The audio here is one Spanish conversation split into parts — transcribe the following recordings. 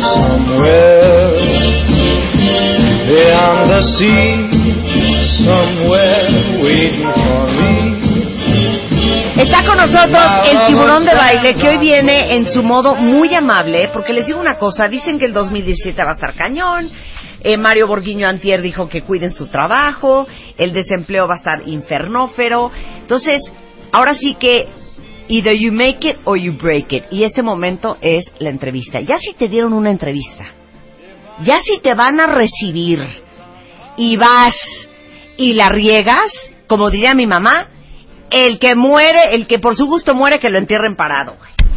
Somewhere beyond the sea, somewhere waiting for me. Está con nosotros el tiburón de baile que hoy viene en su modo muy amable, porque les digo una cosa, dicen que el 2017 va a estar cañón. eh, Mario Borguiño Antier dijo que cuiden su trabajo, el desempleo va a estar infernófero. Entonces, ahora sí que either you make it or you break it. Y ese momento es la entrevista. Ya si te dieron una entrevista, ya si te van a recibir y vas y la riegas, como diría mi mamá, el que muere, el que por su gusto muere, que lo entierren parado. güey.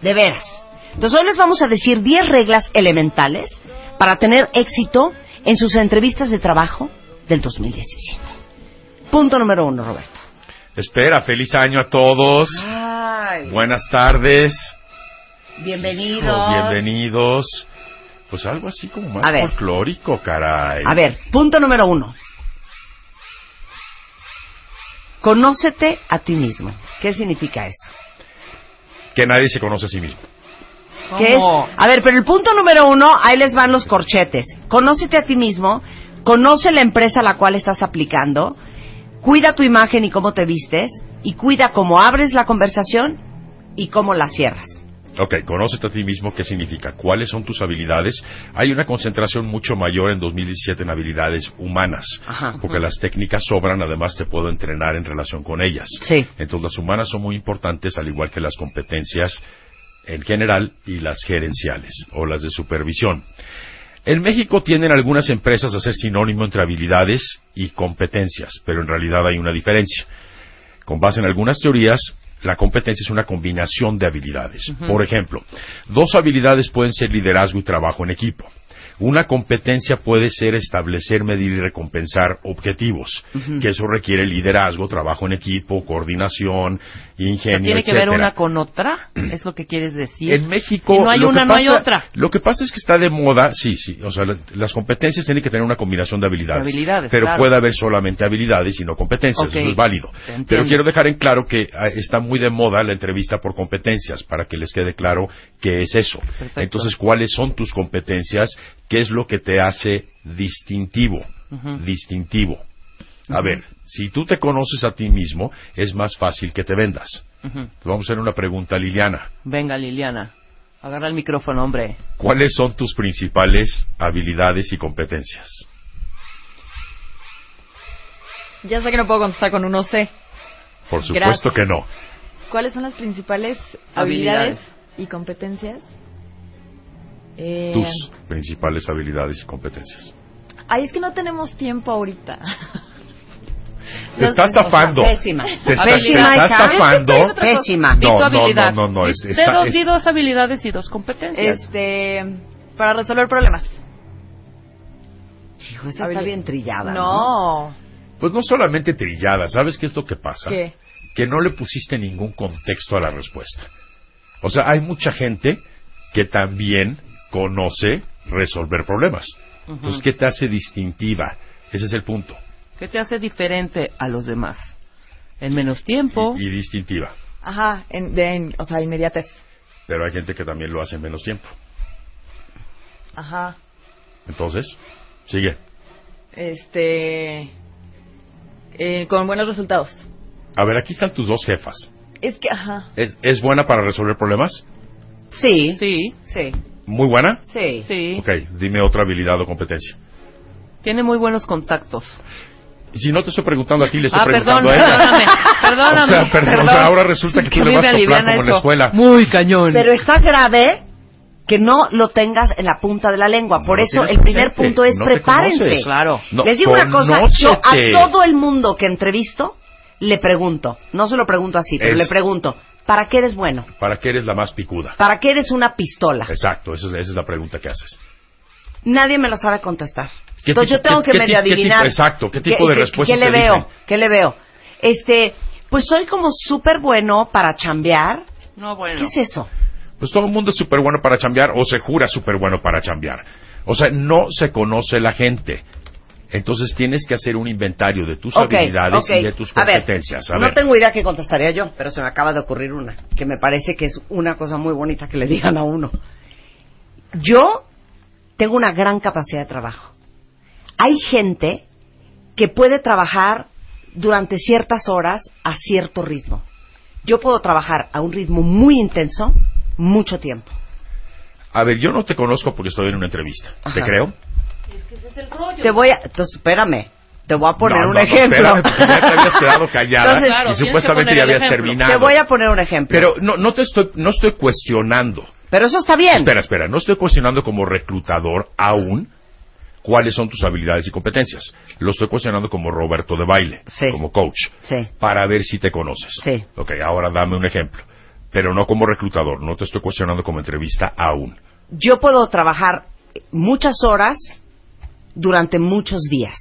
De veras. Entonces hoy les vamos a decir 10 reglas elementales para tener éxito en sus entrevistas de trabajo del 2017. Punto número uno, Roberto. Espera, feliz año a todos. Buenas tardes. Bienvenido. Los bienvenidos. Pues algo así como más A ver. folclórico, caray. A ver, punto número uno. Conócete a ti mismo. ¿Qué significa eso? Que nadie se conoce a sí mismo. ¿Qué es? A ver, pero el punto número uno, ahí les van los corchetes. Conócete a ti mismo, conoce la empresa a la cual estás aplicando, cuida tu imagen y cómo te vistes, y cuida cómo abres la conversación y cómo la cierras. Ok, conócete a ti mismo, qué significa, cuáles son tus habilidades. Hay una concentración mucho mayor en 2017 en habilidades humanas, Ajá. porque las técnicas sobran, además te puedo entrenar en relación con ellas. Sí. Entonces las humanas son muy importantes, al igual que las competencias en general y las gerenciales o las de supervisión. En México tienden algunas empresas a ser sinónimo entre habilidades y competencias, pero en realidad hay una diferencia. Con base en algunas teorías, la competencia es una combinación de habilidades. Por ejemplo, dos habilidades pueden ser liderazgo y trabajo en equipo. Una competencia puede ser establecer, medir y recompensar objetivos, que eso requiere liderazgo, trabajo en equipo, coordinación, ingenio, tiene que ver etcétera. una con otra, es lo que quieres decir. En México. Si no hay lo que una, no hay pasa- otra. Lo que pasa es que está de moda, sí, sí. O sea, la- las competencias tienen que tener una combinación de habilidades. Habilidades, Pero claro. puede haber solamente habilidades y no competencias. Ok, Eso es válido. te entiendo. Pero quiero dejar en claro que ah, está muy de moda la entrevista por competencias, para que les quede claro qué es eso. Perfecto. Entonces, ¿cuáles son tus competencias? ¿Qué es lo que te hace distintivo? Ujú. Distintivo. A ver, si tú te conoces a ti mismo, es más fácil que te vendas. Ujú. Vamos a hacer una pregunta, Liliana. Venga, Liliana, agarra el micrófono, hombre. ¿Cuáles son tus principales habilidades y competencias? Ya sé que no puedo contestar con uno C. Por supuesto que no. ¿Cuáles son las principales Habilidades. habilidades, y competencias? Eh, Tus principales habilidades y competencias. Ay, es que no tenemos tiempo ahorita. Te estás O sea, zafando. pésima. Te está- te Pésima, estás Ah, hija. zafando. Pésima. No, Di tu no, habilidad. no, no, no, es- Di- está- de dos, es- di dos habilidades y dos competencias. Este, para resolver problemas. Hijo, eso está bien trillada. ¿no? No. Pues no solamente trillada, ¿sabes qué es lo que pasa? ¿Qué? Que no le pusiste ningún contexto a la respuesta. O sea, hay mucha gente que también conoce resolver problemas. Entonces, ¿qué te hace distintiva? Ese es el punto. ¿Qué te hace diferente a los demás? En menos tiempo. Y, y distintiva. Ajá, en, de, en- o sea, inmediatez. Pero hay gente que también lo hace en menos tiempo. Ajá. Entonces, sigue. Este, eh, con buenos resultados. A ver, aquí están tus dos jefas. Es que, ajá. ¿Es, es buena para resolver problemas? Sí. Sí, Sí. ¿Muy buena? Sí. sí. Ok, dime otra habilidad o competencia. Tiene muy buenos contactos. Y Si no te estoy preguntando a ti, le estoy ah, perdón, preguntando a ella. perdóname, perdóname. O sea, perdón, o sea, ahora resulta que tú le a mí vas me a soplar aliviana como en la eso. escuela. Muy cañón. Pero está grave que no lo tengas en la punta de la lengua. Por lo eso tienes el primer presente, punto es no te prepárense. conoces. Claro. No, Les digo una cosa, yo a conócete. todo el mundo que entrevisto le pregunto, no se lo pregunto así, pero Es- le pregunto, ¿para qué eres bueno? ¿Para qué eres la más picuda? ¿Para qué eres una pistola? Exacto, esa es, esa es la pregunta que haces. Nadie me lo sabe contestar. ¿Qué Entonces yo tipo- tengo qué- que qué medio ti- qué tipo- adivinar. exacto, qué tipo de respuestas ¿Qué le te veo? dicen? ¿Qué le veo? Este, pues soy como súper bueno para chambear. No, ¿Qué bueno. es eso? Pues todo el mundo es súper bueno para chambear o se jura súper bueno para chambear. O sea, no se conoce la gente. Entonces tienes que hacer un inventario de tus Ok, habilidades ok. y de tus A ver, competencias. A ver, no tengo idea qué contestaría yo, pero se me acaba de ocurrir una, que me parece que es una cosa muy bonita que le digan a uno. Yo tengo una gran capacidad de trabajo. Hay gente que puede trabajar durante ciertas horas a cierto ritmo. Yo puedo trabajar a un ritmo muy intenso mucho tiempo. a ver, yo no te conozco porque estoy en una entrevista. ¿Te Ajá. creo? Te voy a, entonces, espérame, te voy a poner No, un no, no, ejemplo. espérame, porque ya te habías quedado callada Entonces, Claro, y tienes que supuestamente poner ya el habías ejemplo. terminado. te voy a poner un ejemplo. Pero no, no te estoy, no estoy cuestionando. Pero eso está bien. Espera, espera, no estoy cuestionando como reclutador aún cuáles son tus habilidades y competencias. Lo estoy cuestionando como Roberto de baile, Sí. como coach, Sí. para ver si te conoces. Sí. Ok, ahora dame un ejemplo. Pero no como reclutador, no te estoy cuestionando como entrevista aún. yo puedo trabajar muchas horas durante muchos días.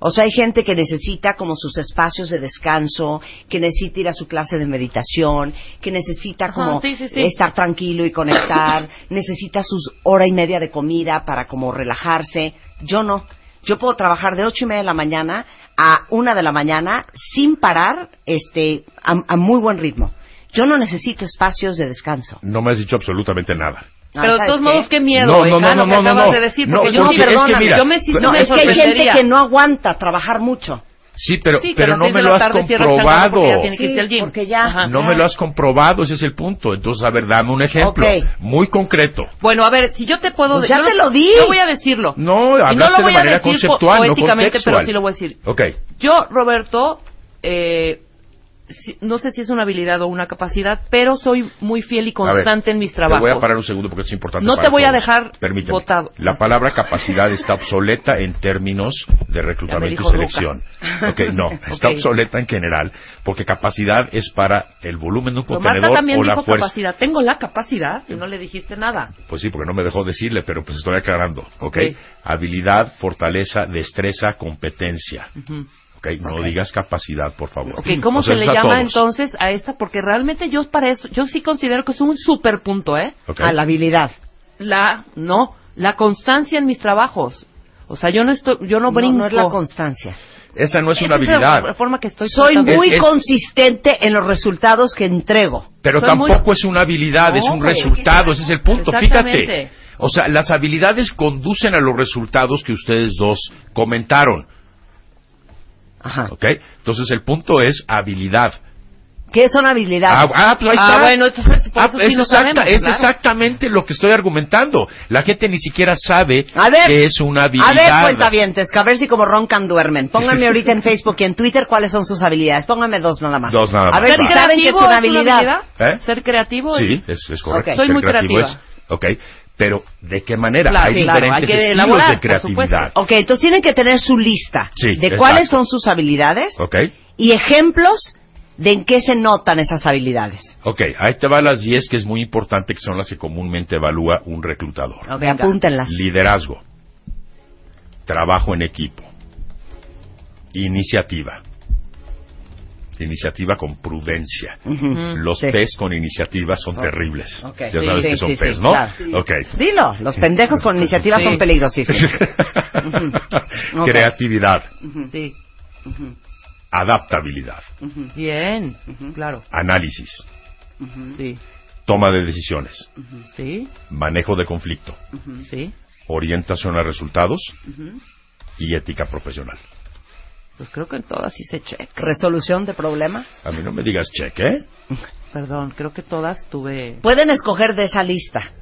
O sea, hay gente que necesita como sus espacios de descanso, que necesita ir a su clase de meditación, que necesita Ajá, como sí, sí, sí. estar tranquilo y conectar, necesita sus hora y media de comida para como relajarse. Yo no. Yo puedo trabajar de ocho y media de la mañana a una de la mañana sin parar, este, a, a muy buen ritmo. Yo no necesito espacios de descanso. No me has dicho absolutamente nada. No, Pero de ¿sabes todos qué? modos, qué miedo, No, no, hija, no, lo que no, no, acabas no. de decir, No, porque yo porque sí, es que perdóname, mira, yo me, sí- no, no me es que hay gente sorprendería. que no aguanta trabajar mucho. Sí, pero, Sí, que a pero las no seis me de la lo has tarde cierra el comprobado. changarro porque ya tiene que irse al Sí, gym. porque ya. Ajá. No me lo has comprobado, ese es el punto. Entonces, a ver, dame un ejemplo Ok. muy concreto. Bueno, a ver, si yo te puedo... Pues yo ya te lo di. Yo voy a decirlo. No, Y lo hablaste voy de a manera decir po- conceptual, no poéticamente, contextual. pero sí lo voy a decir. Ok. Yo, Roberto, eh, si- no sé si es una habilidad o una capacidad, pero soy muy fiel A y ver, constante en mis Te voy a trabajos. parar un segundo porque es importante. No para te voy a todos. dejar Permíteme. botado. La palabra capacidad está obsoleta en términos de reclutamiento y dijo selección. loca. Ok, no, está Ok. obsoleta en general porque capacidad es para el volumen de un Pero Marta contenedor también o la dijo fuerza. capacidad. Tengo la capacidad y no le dijiste nada. Pues sí, porque no me dejó decirle, pero pues estoy aclarando. Ok. Ok. Habilidad, fortaleza, destreza, competencia. Ujú. Ok, no digas capacidad, por favor. Ok, ¿cómo Mm, O sea, se le eso es a llama todos. entonces a esta? Porque realmente yo para eso, yo sí considero que es un super punto, ¿eh? Ok. A la habilidad. La, no, la constancia en mis trabajos. O sea, yo no estoy, yo no No, brinco. no es la constancia. Esa no es una Esa la habilidad. forma que estoy Soy tratando. muy Es- es- consistente en los resultados que entrego. Pero Soy tampoco es una habilidad, No, es un güey. resultado, ese es el punto, Exactamente. fíjate. O sea, las habilidades conducen a los resultados que ustedes dos comentaron, Ajá. ¿ok? Entonces el punto es habilidad. ¿Qué son habilidades? Ah, ah, pues ahí Ah, está. bueno, entonces, por Ah, eso sí es, no exacta- sabemos, es claro. exactamente lo que estoy argumentando. La gente ni siquiera sabe A ver, ah, que es una habilidad. A ver, cuentavientes, que a ver si como roncan duermen. Pónganme ahorita en Facebook y en Twitter cuáles son sus habilidades. Pónganme dos nada más. Dos nada A más, ver ¿Ser si va. saben que es creativo una habilidad. ¿Eh? Ser creativo Sí, es- es, es correcto. Ok. Soy Ser muy creativo creativa. es- ok, pero ¿de qué manera? Claro, hay sí, claro, diferentes hay que estilos elaborar, de por supuesto. creatividad. Ok, entonces tienen que tener su lista Sí, de exacto. cuáles son sus habilidades Ok, y ejemplos de en qué se notan esas habilidades. ok, ahí te va las 10 que es muy importante, que son las que comúnmente evalúa un reclutador. Ok, apúntenlas. Liderazgo. Trabajo en equipo. Iniciativa. Iniciativa con prudencia. Ujú. Los Mm, sí. PES con iniciativa son terribles. Ok. Ya Sí, sabes sí, que son sí, sí, PES, ¿no? claro. Ok. Dilo, los pendejos con iniciativas Sí. son peligrosísimos. Ujú. Ok. Creatividad. Sí. Adaptabilidad. Bien, claro. Análisis. Sí, Toma de decisiones. sí, Manejo de conflicto. sí. Orientación a resultados. Y ética profesional. Pues creo que en todas sí se checa. Resolución de problemas. A mí no me digas cheque, ¿eh? Perdón, creo que todas tuve. Pueden escoger de esa lista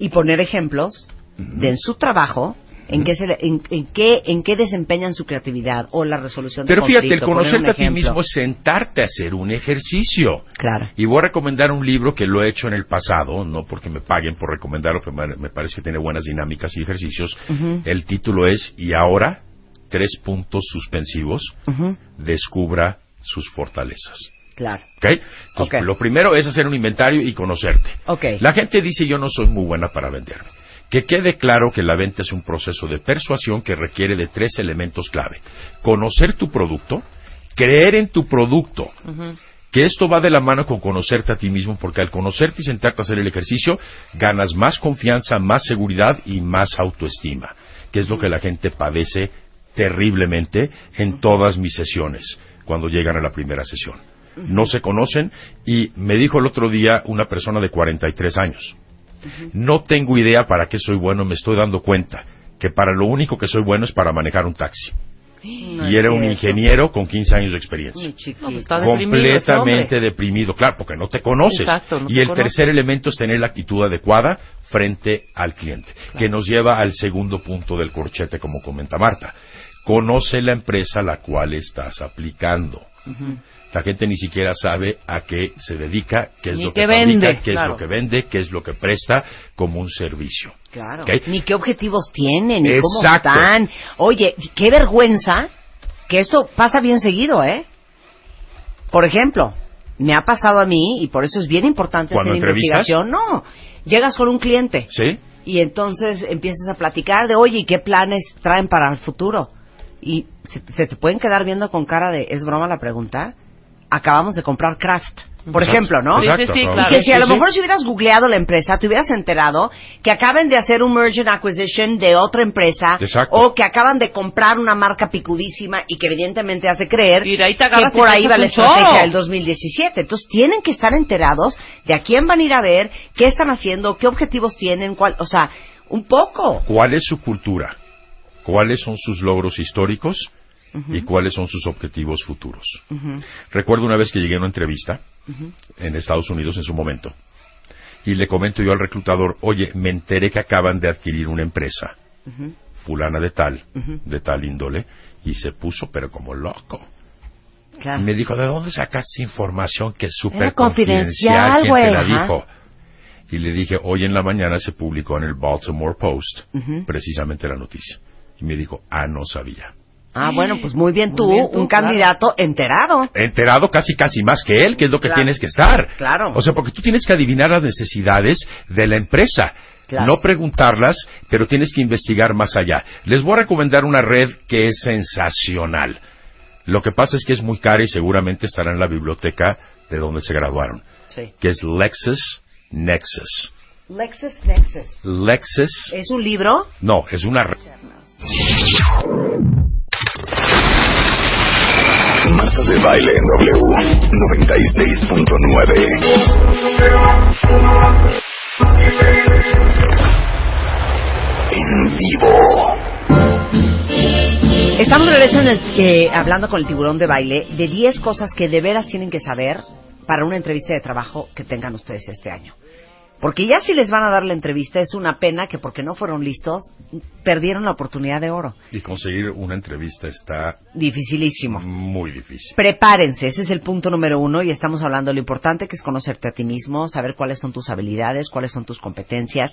y poner ejemplos de en su trabajo ¿En qué, se le- en, en qué, en qué desempeñan su creatividad o la resolución de Pero fíjate, el conflicto? Poner un conocerte a ti ejemplo. mismo es sentarte a hacer un ejercicio. Claro. Y voy a recomendar un libro que lo he hecho en el pasado, no porque me paguen por recomendarlo, pero me- me parece que tiene buenas dinámicas y ejercicios. Ujú. El título es Y ahora, tres puntos suspensivos, Ujú, descubra sus fortalezas. Claro. ¿Ok? Entonces, Ok. Lo primero es hacer un inventario y conocerte. Ok. La gente dice yo no soy muy buena para venderme. Que quede claro que la venta es un proceso de persuasión que requiere de tres elementos clave. Conocer tu producto, creer en tu producto, que esto va de la mano con conocerte a ti mismo, porque al conocerte y sentarte a hacer el ejercicio, ganas más confianza, más seguridad y más autoestima, que es lo que la gente padece terriblemente en todas mis sesiones, cuando llegan a la primera sesión. No se conocen y me dijo el otro día una persona de 43 años, no tengo idea para qué soy bueno, me estoy dando cuenta que para lo único que soy bueno es para manejar un taxi. No y es era un cierto. ingeniero con 15 años de experiencia Muy chiquito. No, pues, está deprimido ese completamente hombre. deprimido, claro, porque no te conoces. Exacto, no y te el conoces. tercer elemento es tener la actitud adecuada frente al cliente, que nos lleva al segundo punto del corchete, como comenta Marta. Conoce la empresa a la cual estás aplicando. La gente ni siquiera sabe a qué se dedica, qué es Ni lo que qué fabrica, vende, qué es claro. lo que vende, qué es lo que presta como un servicio. Claro. ¿Ok? Ni qué objetivos tienen, ni Exacto. cómo están. Oye, qué vergüenza que esto pasa bien seguido, ¿eh? Por ejemplo, me ha pasado a mí, y por eso es bien importante ¿Cuando hacer entrevistas? investigación. No, llegas con un cliente ¿Sí? y entonces empiezas a platicar de, oye, ¿y ¿qué planes traen para el futuro? Y se, se te pueden quedar viendo con cara de, ¿es broma la pregunta? Acabamos de comprar Kraft, por Exacto, ejemplo, ¿no? exacto, Sí, sí, sí, ¿no? claro. Y que si a lo Sí, sí. mejor si hubieras googleado la empresa, te hubieras enterado que acaban de hacer un merge and acquisition de otra empresa Exacto. o que acaban de comprar una marca picudísima y que evidentemente hace creer Y de ahí te que agarras y por te ahí echas va la un choro. estrategia del 2017. Entonces tienen que estar enterados de a quién van a ir a ver, qué están haciendo, qué objetivos tienen, cuál, o sea, un poco. ¿Cuál es su cultura? ¿Cuáles son sus logros históricos? ¿Y cuáles son sus objetivos futuros? Recuerdo una vez que llegué a una entrevista en Estados Unidos en su momento y le comento yo al reclutador, oye, me enteré que acaban de adquirir una empresa, fulana de tal, de tal índole, y se puso pero como loco. Y Claro. me dijo, ¿de dónde sacaste información que es súper Ah. Era confidencial, confidencial? ¿Quién te güey, la ajá. dijo? Y le dije, hoy en la mañana se publicó en el Baltimore Post Ujú. precisamente la noticia. Y me dijo, ah, no sabía. Ah, bueno, pues muy bien Muy tú, bien tú, un claro. candidato enterado. Enterado casi casi más que él, que es lo que Claro. tienes que estar. Claro. O sea, porque tú tienes que adivinar las necesidades de la empresa. Claro. No preguntarlas, pero tienes que investigar más allá. Les voy a recomendar una red que es sensacional. Lo que pasa es que es muy cara y seguramente estará en la biblioteca de donde se graduaron. Sí. que es Lexis Nexus. Lexus Nexus. Lexis, Es un libro no, es una red. Marta de Baile en W 96.9. En vivo. Estamos de regreso en el, eh, hablando con el tiburón de baile de 10 cosas que de veras tienen que saber para una entrevista de trabajo que tengan ustedes este año. Porque ya si les van a dar la entrevista es una pena que porque no fueron listos perdieron la oportunidad de oro. Y conseguir una entrevista está Dificilísimo. muy difícil. Prepárense, ese es el punto número uno y estamos hablando de lo importante que es conocerte a ti mismo, saber cuáles son tus habilidades, cuáles son tus competencias,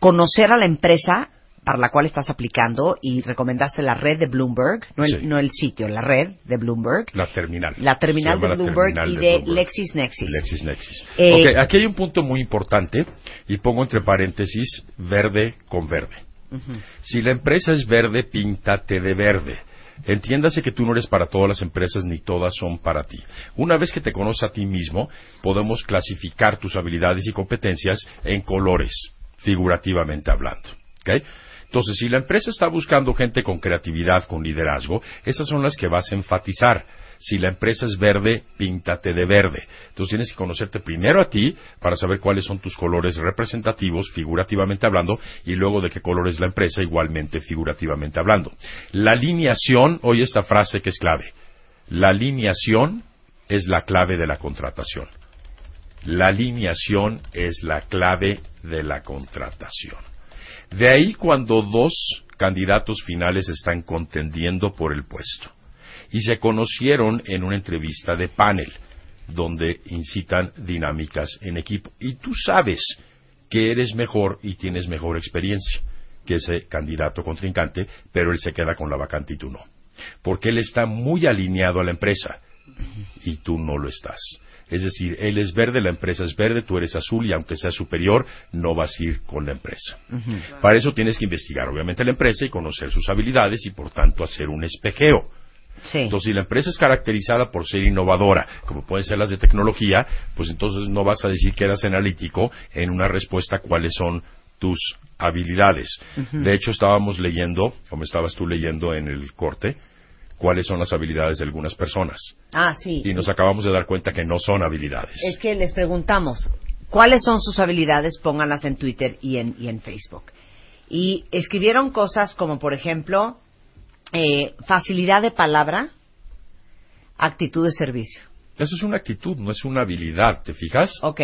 conocer a la empresa para la cual estás aplicando y recomendaste la red de Bloomberg, no el, Sí. no el sitio, la red de Bloomberg, La terminal. la terminal Se llama de la Bloomberg terminal y de, Bloomberg. LexisNexis. LexisNexis. Eh, Ok, aquí hay un punto muy importante y pongo entre paréntesis verde con verde. Si la empresa es verde, píntate de verde. Entiéndase que tú no eres para todas las empresas ni todas son para ti. Una vez que te conoces a ti mismo, podemos clasificar tus habilidades y competencias en colores, figurativamente hablando. ¿ok? Entonces, si la empresa está buscando gente con creatividad, con liderazgo, esas son las que vas a enfatizar. Si la empresa es verde, píntate de verde. Entonces tienes que conocerte primero a ti para saber cuáles son tus colores representativos, figurativamente hablando, y luego de qué color es la empresa, igualmente figurativamente hablando. La alineación, hoy esta frase que es clave. La alineación es la clave de la contratación. La alineación es la clave de la contratación. De ahí cuando dos candidatos finales están contendiendo por el puesto. Y se conocieron en una entrevista de panel, donde incitan dinámicas en equipo. Y tú sabes que eres mejor y tienes mejor experiencia que ese candidato contrincante, pero él se queda con la vacante y tú no. Porque él está muy alineado a la empresa y tú no lo estás. Es decir, él es verde, la empresa es verde, tú eres azul y aunque seas superior, no vas a ir con la empresa. Para eso tienes que investigar, obviamente, la empresa y conocer sus habilidades y, por tanto, hacer un espejeo. Sí. Entonces, si la empresa es caracterizada por ser innovadora, como pueden ser las de tecnología, pues entonces no vas a decir que eras analítico en una respuesta cuáles son tus habilidades. De hecho, estábamos leyendo, como estabas tú leyendo en el corte, cuáles son las habilidades de algunas personas. ah, sí. Y nos acabamos de dar cuenta que no son habilidades. Es que les preguntamos, ¿cuáles son sus habilidades? Pónganlas en Twitter y en, y en Facebook. Y escribieron cosas como, por ejemplo, eh, facilidad de palabra, actitud de servicio. Eso es una actitud, no es una habilidad, ¿te fijas? Ok,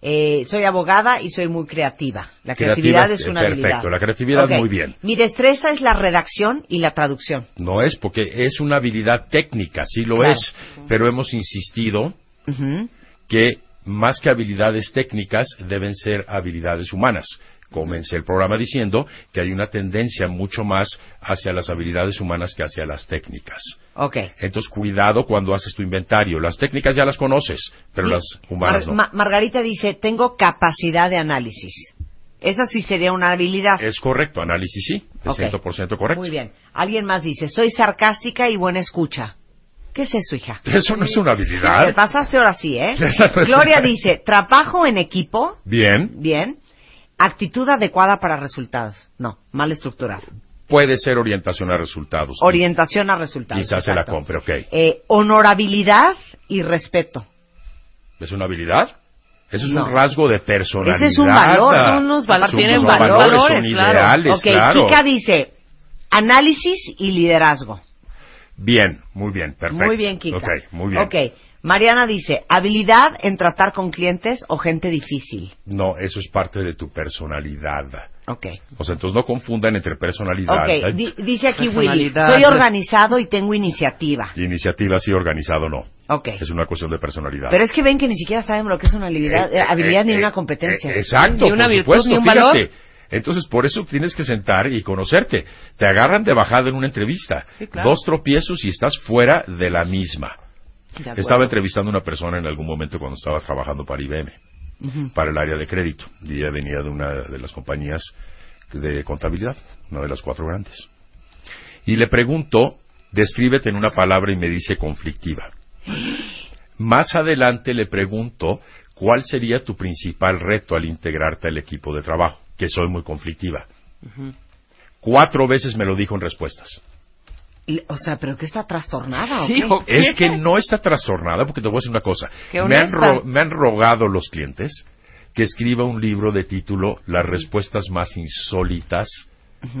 eh, soy abogada y soy muy creativa. La Creativa creatividad es- es una perfecto, habilidad. la creatividad Ok, muy bien. Mi destreza es la redacción y la traducción. No es porque es una habilidad técnica, sí lo Claro. es, pero hemos insistido Ujú. que más que habilidades técnicas deben ser habilidades humanas. Comencé el programa diciendo que hay una tendencia mucho más hacia las habilidades humanas que hacia las técnicas. Ok. Entonces, cuidado cuando haces tu inventario. Las técnicas ya las conoces, pero las humanas Mar- no. Ma- Margarita dice, tengo capacidad de análisis. Esa sí sería una habilidad. Es correcto, análisis sí, es Ok. 100% correcto. Muy bien. Alguien más dice, soy sarcástica y buena escucha. ¿Qué es eso, hija? Eso no es una Te habilidad. pasaste ahora sí, ¿eh? Esa no es Gloria una- dice, trabajo en equipo, Bien, bien. Actitud adecuada para resultados. No, mal estructurado. puede ser orientación a resultados. Orientación a resultados. Quizás se la exacto. compre, ok. Eh, honorabilidad y respeto. ¿Es una habilidad? Eso es No. un rasgo de personalidad. Ese es un valor, son unos valo- Son- tienen son valores, valores, son claro. ideales, ok, claro. Kika dice, análisis y liderazgo. Bien, muy bien, perfecto. Muy bien, Kika. Ok, muy bien. Ok. Mariana dice, habilidad en tratar con clientes o gente difícil. No, eso es parte de tu personalidad. Ok. O sea, entonces no confundan entre personalidad, Ok, eh, di- dice aquí Willy, Personalidad. soy organizado y tengo iniciativa. iniciativa sí, organizado no. Ok. Es una cuestión de personalidad. Pero es que ven que ni siquiera saben lo que es una habilidad, Eh, eh, habilidad ni eh, una eh, competencia. eh, exacto, Ni una por virtud, supuesto, ni un fíjate. valor. Entonces, por eso tienes que sentar y conocerte. Te agarran de bajada en una entrevista. Sí, claro. Dos tropiezos y estás fuera de la misma. De acuerdo. Estaba entrevistando a una persona en algún momento cuando estaba trabajando para IBM, para el área de crédito. Y ella venía de una de las compañías de contabilidad, una de las cuatro grandes. Y le pregunto, descríbete en una palabra y me dice conflictiva. Más adelante le pregunto cuál sería tu principal reto al integrarte al equipo de trabajo, que soy muy conflictiva. Cuatro veces me lo dijo en respuestas. Y- O sea, pero que está trastornada. o Sí, qué? o- Es que no está trastornada, porque te voy a decir una cosa. Qué Me han, honesta. ro- me han rogado los clientes que escriba un libro de título Las respuestas más insólitas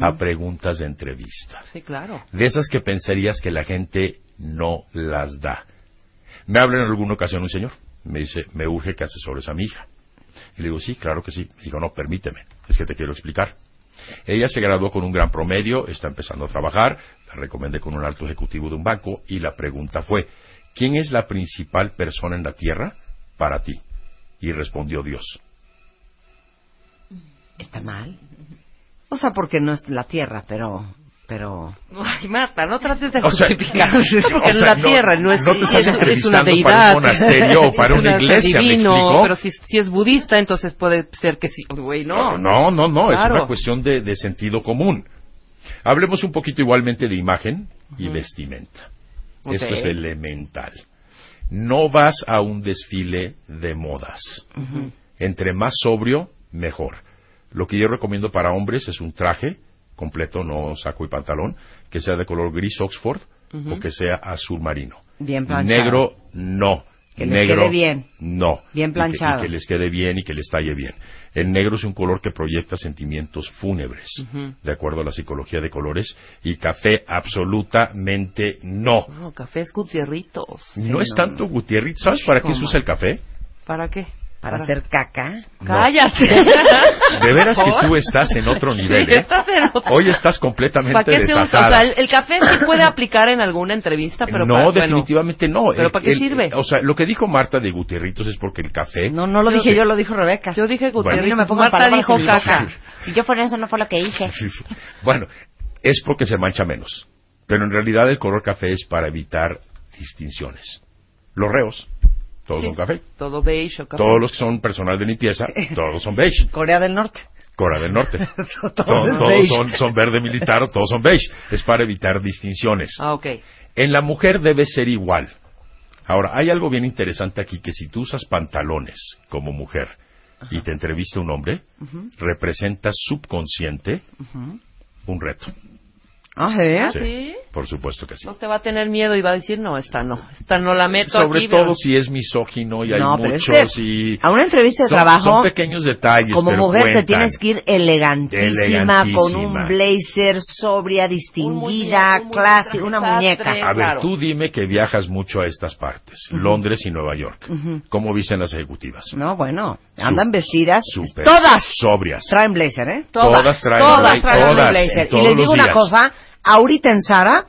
a preguntas de entrevista. Sí, claro. De esas que pensarías que la gente no las da. Me habla en alguna ocasión un señor. Me dice, me urge que asesores a mi hija. Y le digo, sí, claro que sí. Digo, no, permíteme, es que te quiero explicar. Ella se graduó con un gran promedio, está empezando a trabajar, la recomendé con un alto ejecutivo de un banco y la pregunta fue, ¿quién es la principal persona en la tierra para ti? Y respondió Dios. Está mal. O sea, porque no es la tierra, pero... pero Ay, Marta, no trates de O sea, justificar. porque o sea, la no- tierra no es, no te estás es- es una entrevistando deidad. para un monasterio o para Es una un iglesia, ¿me divino, explico? Pero si, si es budista, entonces puede ser que sí. Güey, no. Ah, no, no, no, Claro. es una cuestión de, de sentido común. Hablemos un poquito igualmente de imagen y vestimenta. Ok. Esto es elemental. No vas a un desfile de modas. Entre más sobrio, mejor. Lo que yo recomiendo para hombres es un traje completo, no saco y pantalón, que sea de color gris Oxford o que sea azul marino. Bien planchado. Negro, no. Que les negro, quede bien. no. Bien Y que- planchado. Y que, les quede bien y que les talle bien. El negro es un color que proyecta sentimientos fúnebres, de acuerdo a la psicología de colores, y café absolutamente no. No, café es Gutierritos. no es tanto Gutiérrez. ¿Sabes para qué se ¿Cómo? usa el café? ¿Para qué? para hacer caca. No. Cállate. De veras que tú ¿Por? estás en otro nivel, Sí, ¿eh? estás en otro- Hoy estás ¿Para completamente qué se usa? O sea, desatada. el, el café se puede aplicar en alguna entrevista, pero no, para- bueno. definitivamente no. ¿Pero El- para qué el- sirve? O sea, lo que dijo Marta de Gutierritos es porque el café... No, no lo dije yo, lo dijo Rebeca. Yo dije Bueno. Gutiérrez, A mí no Marta dijo en mi boca. caca. Si yo fuera eso, no fue lo que dije. Bueno, es porque se mancha menos. Pero en realidad el color café es para evitar distinciones. Los reos, todos Sí. son café. Todo beige o café. Todos los que son personal de limpieza, todos son beige. Corea del Norte. Corea del Norte. To- Todo todos es beige. son, son verde militar o todos son beige. Es para evitar distinciones. Ah, ok. En la mujer debe ser igual. Ahora, hay algo bien interesante aquí, que si tú usas pantalones como mujer y te entrevista un hombre, representas subconsciente un reto. Ah, ¿eh? Sí, sí? Por supuesto que sí. No te va a tener miedo y va a decir, no, esta no. Esta no la meto Sobre aquí, todo pero- si es misógino y hay No, pero muchos este- y... A una entrevista de son, trabajo, son pequeños detalles, como pero mujer te cuentan. tienes que ir elegantísima, Elegantísima. con un blazer sobria, Un muñeco, distinguida, un muñeco, clase, una sastre. muñeca. A ver, Claro. tú dime que viajas mucho a estas partes, Londres y Nueva York. ¿Cómo dicen las ejecutivas? No, bueno, andan Su- vestidas, Súper todas Sobrias. traen blazer, ¿eh? Todas, traen todas blazer, traen un todas, blazer. en Y todos les digo los una días. cosa, ahorita en Sara,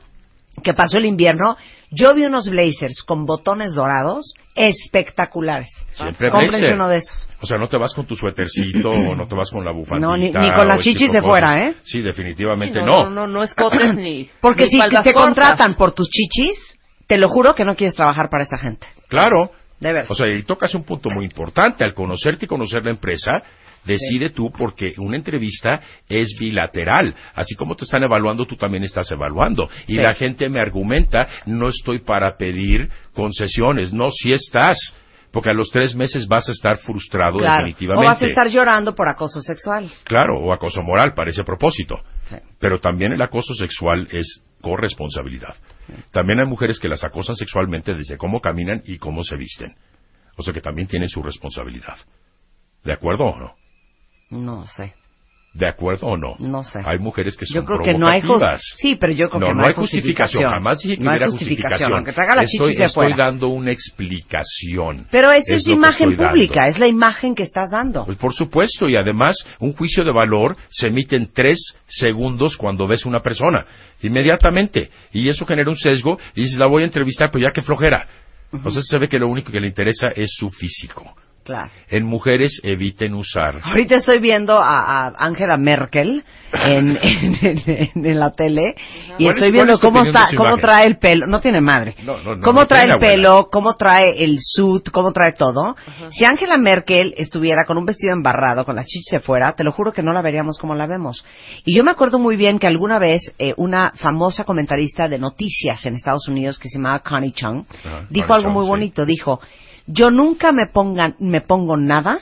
que pasó el invierno, yo vi unos blazers con botones dorados espectaculares. Siempre Cómprense blazer. uno de esos. O sea, no te vas con tu suétercito o no te vas con la bufandita. No, ni- ni con las o ese chichis tipo de fuera, cosas. ¿eh? Sí, Sí, definitivamente no, no. no, no, no es cotes ni. Porque ni si faldas te cortas. contratan por tus chichis, te lo juro que no quieres trabajar para esa gente. Claro. De veras. O sea, y tocas un punto muy importante. Al conocerte y conocer la empresa, decide tú porque una entrevista es bilateral. Así como te están evaluando, tú también estás evaluando. Y Sí. la gente me argumenta, no estoy para pedir concesiones. No, si estás. Porque a los tres meses vas a estar frustrado Claro. O definitivamente. vas a estar llorando por acoso sexual. Claro, o acoso moral para ese propósito. Sí. Pero también el acoso sexual es corresponsabilidad. También hay mujeres que las acosan sexualmente desde cómo caminan y cómo se visten. O sea que también tienen su responsabilidad. ¿De acuerdo o no? No sé. ¿De acuerdo o no? No sé. Hay mujeres que son Yo creo que no hay provocativas. jus- sí, pero yo creo no, que no no hay hay justificación. justificación. Jamás dije que No hay hubiera justificación, justificación. aunque te haga las estoy, chichis de estoy fuera. dando una explicación. Pero eso es, lo que imagen estoy dando. pública, es la imagen que estás dando. Pues por supuesto, y además un juicio de valor se emite en tres segundos cuando ves una persona, inmediatamente, y eso genera un sesgo y dices, la voy a entrevistar, pero ya que flojera. Entonces se ve que lo único que le interesa es su físico. Claro. En mujeres eviten usar. Ahorita estoy viendo a a Angela Merkel en, en, en- en- en la tele y ¿Cuál es- estoy cuál viendo es tu cómo opinión de está, su cómo imagen? trae el pelo, no tiene madre, No, no, no, cómo no trae tiene el abuela. pelo, cómo trae el suit, cómo trae todo. Si Angela Merkel estuviera con un vestido embarrado, con las chichis de fuera, te lo juro que no la veríamos como la vemos. Y yo me acuerdo muy bien que alguna vez eh, una famosa comentarista de noticias en Estados Unidos que se llamaba Connie Chung Ajá, dijo Connie algo Chung, muy sí. bonito bonito, dijo, yo nunca me ponga, me pongo nada,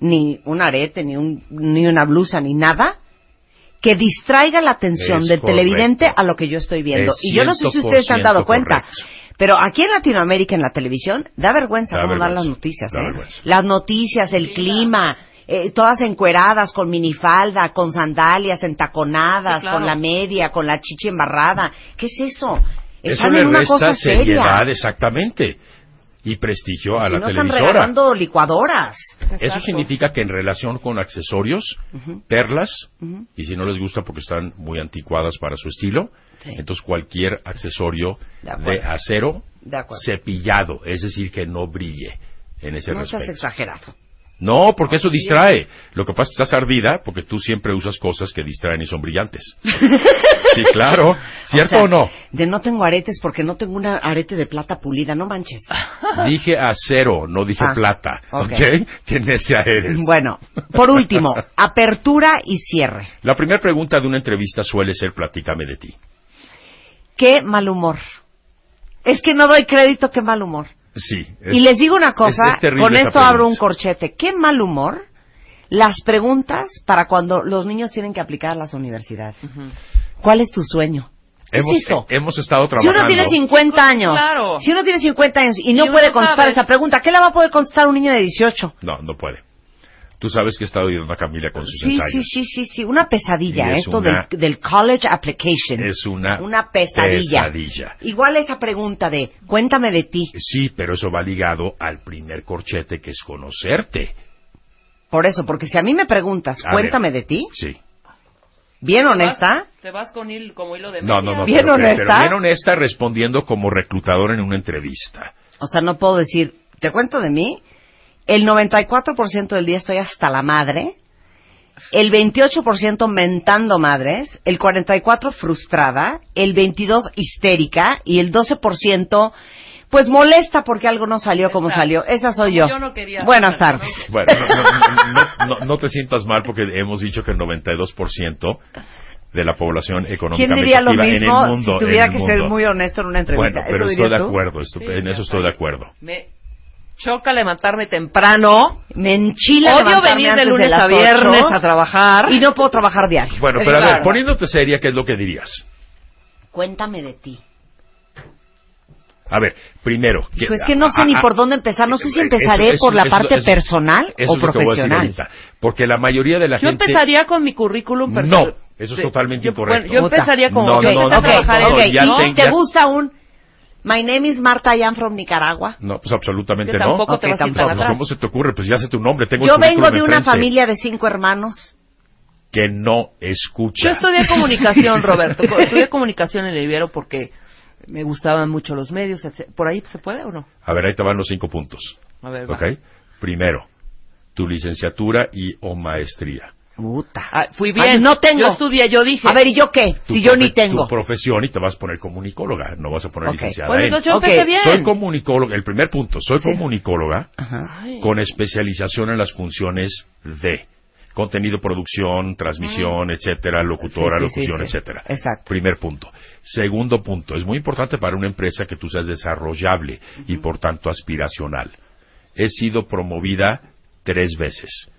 ni un arete, ni, un, ni una blusa, ni nada, que distraiga la atención Es del correcto. televidente a lo que yo estoy viendo. Es Y yo no sé si ustedes se han 100% dado cuenta, correcto. pero aquí en Latinoamérica, en la televisión, da vergüenza Da cómo dan vergüenza, las noticias. da ¿eh? vergüenza. Las noticias, el clima. eh, todas encueradas, con minifalda, con sandalias, entaconadas, Sí, claro. con la media, con la chichi embarrada. ¿Qué es eso? Eso Están le en una resta cosa seria. Pues seriedad, exactamente, y prestigio a Si la no están televisora. regalando licuadoras. Eso significa que en relación con accesorios, perlas, y si no les gusta porque están muy anticuadas para su estilo, Sí. entonces cualquier accesorio De de, acuerdo. acero De acuerdo. cepillado, es decir, que no brille en ese No seas respecto. exagerado. No, porque eso distrae. Lo que pasa es que estás ardida porque tú siempre usas cosas que distraen y son brillantes. sí, claro. ¿Cierto sea, o, no? De no tengo aretes porque no tengo una arete de plata pulida, no manches. Ah, Dije acero, no dije Ah, plata. ok. ¿Ok? Tienes ya eres. Bueno, por último, apertura y cierre. La primera pregunta de una entrevista suele ser platícame de ti. Qué mal humor. Es que no doy crédito, qué mal humor. Sí. y es- les digo una es- cosa, es terrible con esa esto abro pregunta. un corchete. Qué mal humor las preguntas para cuando los niños tienen que aplicar a las universidades. ¿Cuál es tu sueño? ¿Qué es Hemos, eso? eh, hemos estado Si trabajando. uno tiene 50 años, Claro. si uno tiene 50 años y no uno puede contestar sabe. esa pregunta, ¿qué la va a poder contestar un niño de 18? No, no puede. Tú sabes que he estado ayudando a Camila con sus Sí, sí, ensayos. sí, sí, sí, una pesadilla, Y es esto una- del, del college application. Es una, una pesadilla. pesadilla. Igual esa pregunta de, cuéntame de ti. Sí, pero eso va ligado al primer corchete que es conocerte. Por eso, porque si a mí me preguntas, A ver. cuéntame de ti, Sí. bien honesta, Te vas con hilo, como hilo de No, no, no. Bien pero, pero- honesta. pero bien honesta respondiendo como reclutador en una entrevista. o sea, no puedo decir, te cuento de mí, el 94% del día estoy hasta la madre, el 28% mentando madres, el 44% frustrada, el 22% histérica y el 12% pues molesta porque algo no salió como Exacto. salió. Esa soy yo. Como yo no quería. Buenas Exacto, tardes. Bueno, no, no, no- no- no te sientas mal porque hemos dicho que el 92% de la población ¿Quién económicamente diría lo activa en mismo el mundo si tuviera en el que ser mundo. muy honesto en una entrevista? Bueno, ¿Eso pero estoy dirías de tú? acuerdo, esto- Sí, en ya eso estoy de sabes. acuerdo. Me choca levantarme temprano. Me enchila Odio levantarme venir de antes lunes las a viernes ocho a trabajar. y no puedo trabajar diario. Bueno, Sí, pero a ver, claro. poniéndote seria, ¿qué es lo que dirías? Cuéntame de ti. A ver, primero. Hijo, Pues es que ah, no sé ni por dónde empezar, eh, no sé si empezaré por la parte personal eso o es lo que voy a decir profesional. ahorita, porque la mayoría de la yo gente. empezaría con mi currículum No, personal. eso es Sí. totalmente Yo- incorrecto. bueno, yo empezaría como No, que no, intenta no, no, trabajar no, en no, ella, ya ¿no? te- ¿Te ya- gusta un My name is Marta, I am from Nicaragua? No, pues absolutamente Que no. tampoco te vas a ir No, tan pues, atrás. ¿Cómo se te ocurre? Pues ya sé tu nombre, tengo el Yo vengo currículum de una enfrente. familia de cinco hermanos. que no escucha. Yo estudié comunicación, Roberto. Co- Estudié comunicación en el Ibero porque me gustaban mucho los medios. etc. ¿Por ahí se puede o no? A ver, ahí te van los cinco puntos. A ver, va. ¿Ok? Primero, tu licenciatura y o maestría. Puta. Ah, fui bien. Ay, no tengo. Yo estudié, yo dije. A ver, ¿y yo qué? Tu Si yo profe- ni tengo. Tu profesión y te vas a poner comunicóloga, no vas a poner Ok. licenciada. bueno, en. entonces yo Ok, empecé bien. Soy comunicóloga, el primer punto, soy comunicóloga Ajá. Ay, con especialización en las funciones de contenido, producción, transmisión, etcétera, locutora, Ah. Sí, sí, sí, locución, sí. etcétera. Exacto. Primer punto. Segundo punto, es muy importante para una empresa que tú seas desarrollable y por tanto aspiracional. He sido promovida tres veces,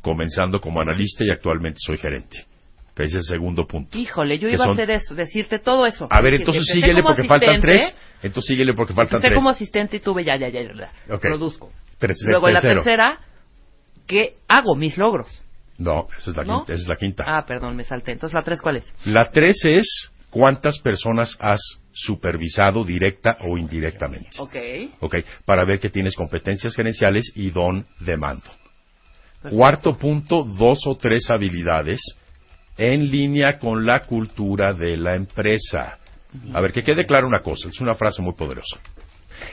comenzando como analista y actualmente soy gerente. Que ese es el segundo punto. Híjole, yo Que iba a son- hacer eso, decirte todo eso. A ver, Que entonces empecé síguele como porque faltan asistente, tres. Entonces síguele porque faltan Empecé tres. como asistente y tuve ya, ya, ya, ya, ya. Ok. Produzco. Tres- Luego la tercero. tercera, ¿qué hago? Mis logros. No, esa es la ¿No? quinta. esa es la quinta. Ah, perdón, me salté. Entonces la tres, ¿cuál es? La tres es cuántas personas has supervisado directa o indirectamente. Ok. Ok, para ver que tienes competencias gerenciales y don de mando. Cuarto punto, dos o tres habilidades en línea con la cultura de la empresa. A ver, que quede clara una cosa, es una frase muy poderosa.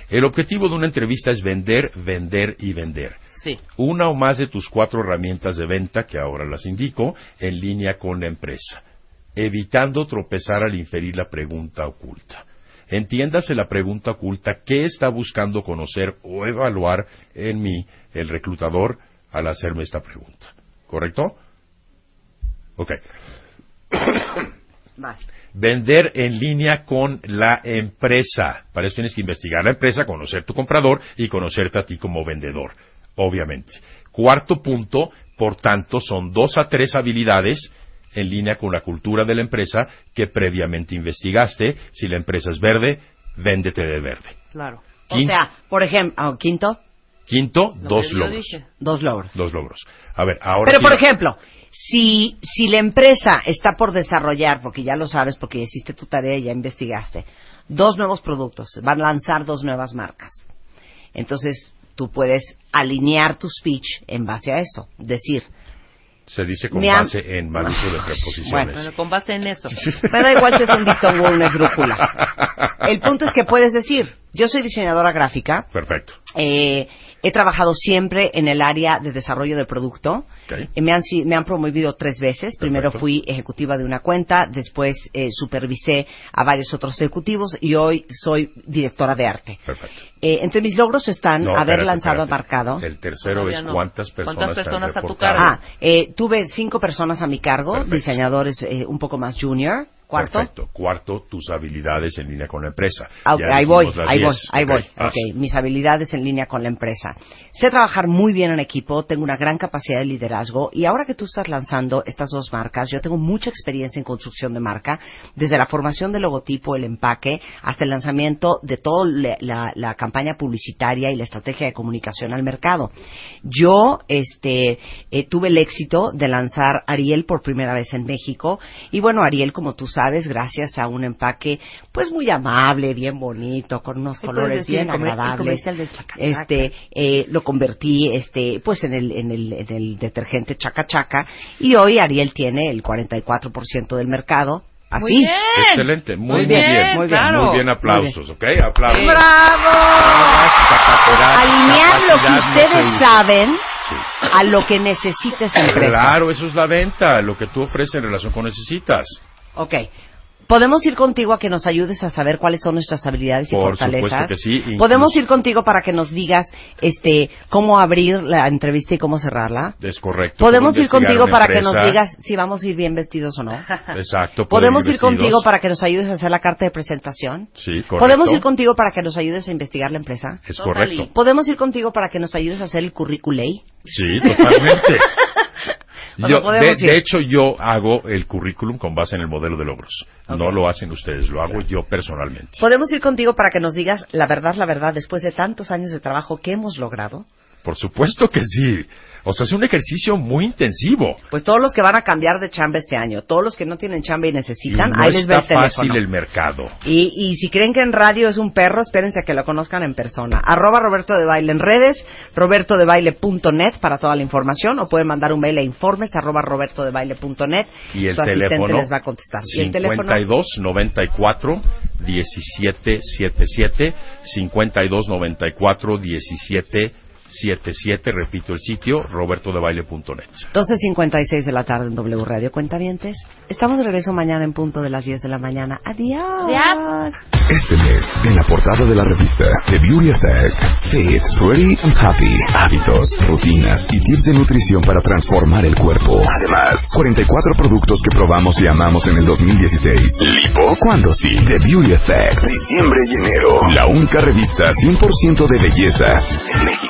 El objetivo de una entrevista es vender, vender y vender Sí. una o más de tus cuatro herramientas de venta, que ahora las indico, en línea con la empresa, evitando tropezar al inferir la pregunta oculta. Entiéndase la pregunta oculta, ¿qué está buscando conocer o evaluar en mí el reclutador al hacerme esta pregunta? ¿Correcto? Ok. Vas. Vender en línea con la empresa. Para eso tienes que investigar la empresa, conocer tu comprador y conocerte a ti como vendedor, obviamente. Cuarto punto, por tanto, son dos a tres habilidades en línea con la cultura de la empresa que previamente investigaste. Si la empresa es verde, véndete de verde. Claro. O Quin- sea, por ejemplo, ah, quinto, Quinto, Lo dos que yo logros. dije. dos logros. Dos logros. A ver, ahora Pero, sí por va. ejemplo, si, si la empresa está por desarrollar, porque ya lo sabes, porque ya hiciste tu tarea y ya investigaste, dos nuevos productos, van a lanzar dos nuevas marcas. Entonces, tú puedes alinear tu speech en base a eso. Decir, Se dice con Me han- base en mal uso de preposiciones. Bueno, Bueno, con base en eso. me da igual si es un dictongo o una esdrújula. El punto es que puedes decir, yo soy diseñadora gráfica, Perfecto. Eh, he trabajado siempre en el área de desarrollo de producto. Ok. Eh, me, han, si- me han promovido tres veces. Primero Perfecto. fui ejecutiva de una cuenta, después eh, supervisé a varios otros ejecutivos y hoy soy directora de arte. Perfecto. Eh, entre mis logros están No, haber espérate, lanzado a espérate. mercado. El tercero Todavía es no. cuántas personas, ¿Cuántas te han personas a tu reportado? cargo? Ah, eh, tuve cinco personas a mi cargo, Perfecto. diseñadores eh, un poco más junior. ¿Cuarto? Perfecto. Cuarto, tus habilidades en línea con la empresa. Ah, ok, Ya ahí voy, dijimos las ahí voy, 10. ahí Ok, Ah, voy. vas. Ok, mis habilidades en línea con la empresa. Sé trabajar muy bien en equipo, tengo una gran capacidad de liderazgo y ahora que tú estás lanzando estas dos marcas, yo tengo mucha experiencia en construcción de marca, desde la formación del logotipo, el empaque, hasta el lanzamiento de toda la, la campaña publicitaria y la estrategia de comunicación al mercado. Yo este, eh, tuve el éxito de lanzar Ariel por primera vez en México y bueno, Ariel, como tú sabes, gracias a un empaque pues muy amable, bien bonito, con unos Sí, colores puedes decir bien el comer- el agradables. comercial del Chaca Chaca. Este, eh, lo convertí, este, pues en el, en el, en el detergente chaca chaca. Y hoy Ariel tiene el 44% del mercado. Así. Muy bien. Excelente, muy, Muy muy bien, bien, muy bien, claro. Muy bien, aplausos, ¿ok? Aplausos. Sí. ¡Bravo! Capacidad, Alinear lo que capacidad no se ustedes usa. saben Sí. a lo que necesita su empresa. Claro, eso es la venta, lo que tú ofreces en relación con necesitas. Ok. ¿Podemos ir contigo a que nos ayudes a saber cuáles son nuestras habilidades y Por fortalezas? supuesto que sí, incluso- ¿Podemos ir contigo para que nos digas este, cómo abrir la entrevista y cómo cerrarla? Es correcto. ¿Podemos puedo ir contigo investigar para una que nos empresa. digas si vamos a ir bien vestidos o no? Exacto. puedo ¿Podemos ir vestidos. contigo para que nos ayudes a hacer la carta de presentación? Sí, correcto. ¿Podemos ir contigo para que nos ayudes a investigar la empresa? Es Totally. correcto. ¿Podemos ir contigo para que nos ayudes a hacer el currículum? Sí, totalmente. Bueno, Yo, de, podemos ir. de hecho, yo hago el currículum con base en el modelo de logros. No lo hacen ustedes, lo hago yo personalmente. ¿Podemos ir contigo para que nos digas la verdad, la verdad, después de tantos años de trabajo que hemos logrado? Por supuesto que sí. O sea, es un ejercicio muy intensivo. Pues todos los que van a cambiar de chamba este año, todos los que no tienen chamba y Y necesitan, no ahí les ve está el fácil teléfono. el mercado. Y, y si creen que en radio es un perro, espérense a que lo conozcan en persona. Arroba Roberto de Baile en redes, robertodebaile.net para toda la información, o pueden mandar un mail a informes arroba robertodebaile.net. Y el Su asistente teléfono les va a contestar. Y el teléfono 52 94 17 77 52 94 17 77 repito el sitio robertodebaile.net. 12.56 de la tarde en W Radio Cuentavientes. Estamos de regreso mañana en punto de las 10 de la mañana. Adiós. Adiós. Este mes, en la portada de la revista The Beauty Effect, Fit, Pretty and Happy, hábitos, rutinas y tips de nutrición para transformar el cuerpo. Además, 44 productos que probamos y amamos en el 2016. ¿Lipo? cuando sí? The Beauty Effect, diciembre y enero. La única revista 100% de belleza en México.